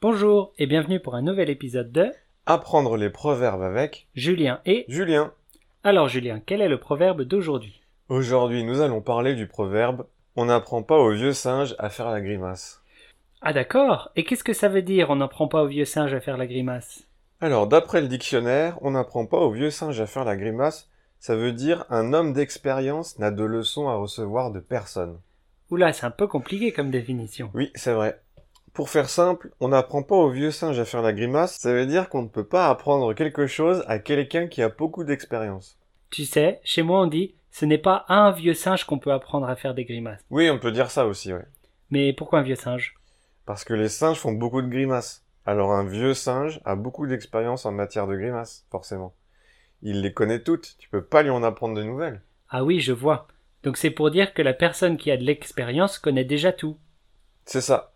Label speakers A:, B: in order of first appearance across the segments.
A: Bonjour et bienvenue pour un nouvel épisode de
B: Apprendre les proverbes avec
A: Julien et...
B: Julien.
A: Alors Julien, quel est le proverbe d'aujourd'hui
B: Aujourd'hui, nous allons parler du proverbe On n'apprend pas aux vieux singes à faire la grimace.
A: Ah d'accord Et qu'est-ce que ça veut dire on n'apprend pas au vieux singe à faire la grimace
B: Alors, d'après le dictionnaire, on n'apprend pas aux vieux singes à faire la grimace, ça veut dire un homme d'expérience n'a de leçons à recevoir de personne.
A: Oula, c'est un peu compliqué comme définition.
B: Oui, c'est vrai. Pour faire simple, on n'apprend pas aux vieux singes à faire la grimace, ça veut dire qu'on ne peut pas apprendre quelque chose à quelqu'un qui a beaucoup d'expérience.
A: Tu sais, chez moi on dit ce n'est pas à un vieux singe qu'on peut apprendre à faire des grimaces.
B: Oui, on peut dire ça aussi, ouais.
A: Mais pourquoi un vieux singe
B: Parce que les singes font beaucoup de grimaces. Alors un vieux singe a beaucoup d'expérience en matière de grimaces, forcément. Il les connaît toutes, tu peux pas lui en apprendre de nouvelles.
A: Ah oui, je vois. Donc c'est pour dire que la personne qui a de l'expérience connaît déjà tout.
B: C'est ça.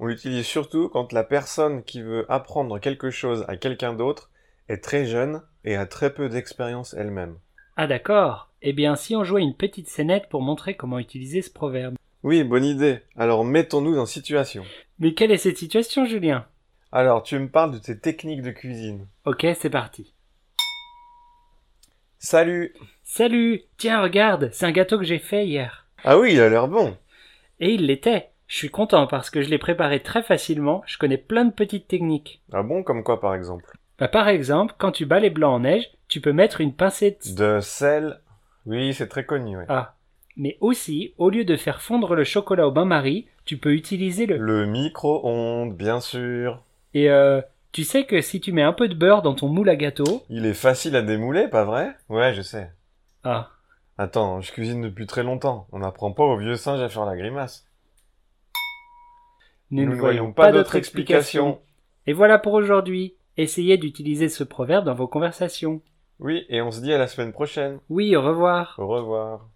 B: On l'utilise surtout quand la personne qui veut apprendre quelque chose à quelqu'un d'autre est très jeune et a très peu d'expérience elle-même.
A: Ah d'accord. Eh bien, si on jouait une petite scénette pour montrer comment utiliser ce proverbe.
B: Oui, bonne idée. Alors mettons-nous dans situation.
A: Mais quelle est cette situation, Julien
B: Alors, tu me parles de tes techniques de cuisine.
A: Ok, c'est parti.
B: Salut
A: Salut Tiens, regarde, c'est un gâteau que j'ai fait hier.
B: Ah oui, il a l'air bon.
A: Et il l'était. Je suis content parce que je l'ai préparé très facilement, je connais plein de petites techniques.
B: Ah bon, comme quoi par exemple
A: Bah, par exemple, quand tu bats les blancs en neige, tu peux mettre une pincée de...
B: De sel. Oui, c'est très connu, ouais.
A: Ah. Mais aussi, au lieu de faire fondre le chocolat au bain-marie, tu peux utiliser le...
B: Le micro-ondes, bien sûr.
A: Et euh, tu sais que si tu mets un peu de beurre dans ton moule à gâteau...
B: Il est facile à démouler, pas vrai Ouais, je sais.
A: Ah.
B: Attends, je cuisine depuis très longtemps. On n'apprend pas aux vieux singes à faire la grimace.
A: Nous ne voyons pas d'autre explication. Et voilà pour aujourd'hui. Essayez d'utiliser ce proverbe dans vos conversations.
B: Oui, et on se dit à la semaine prochaine.
A: Oui, au revoir.
B: Au revoir.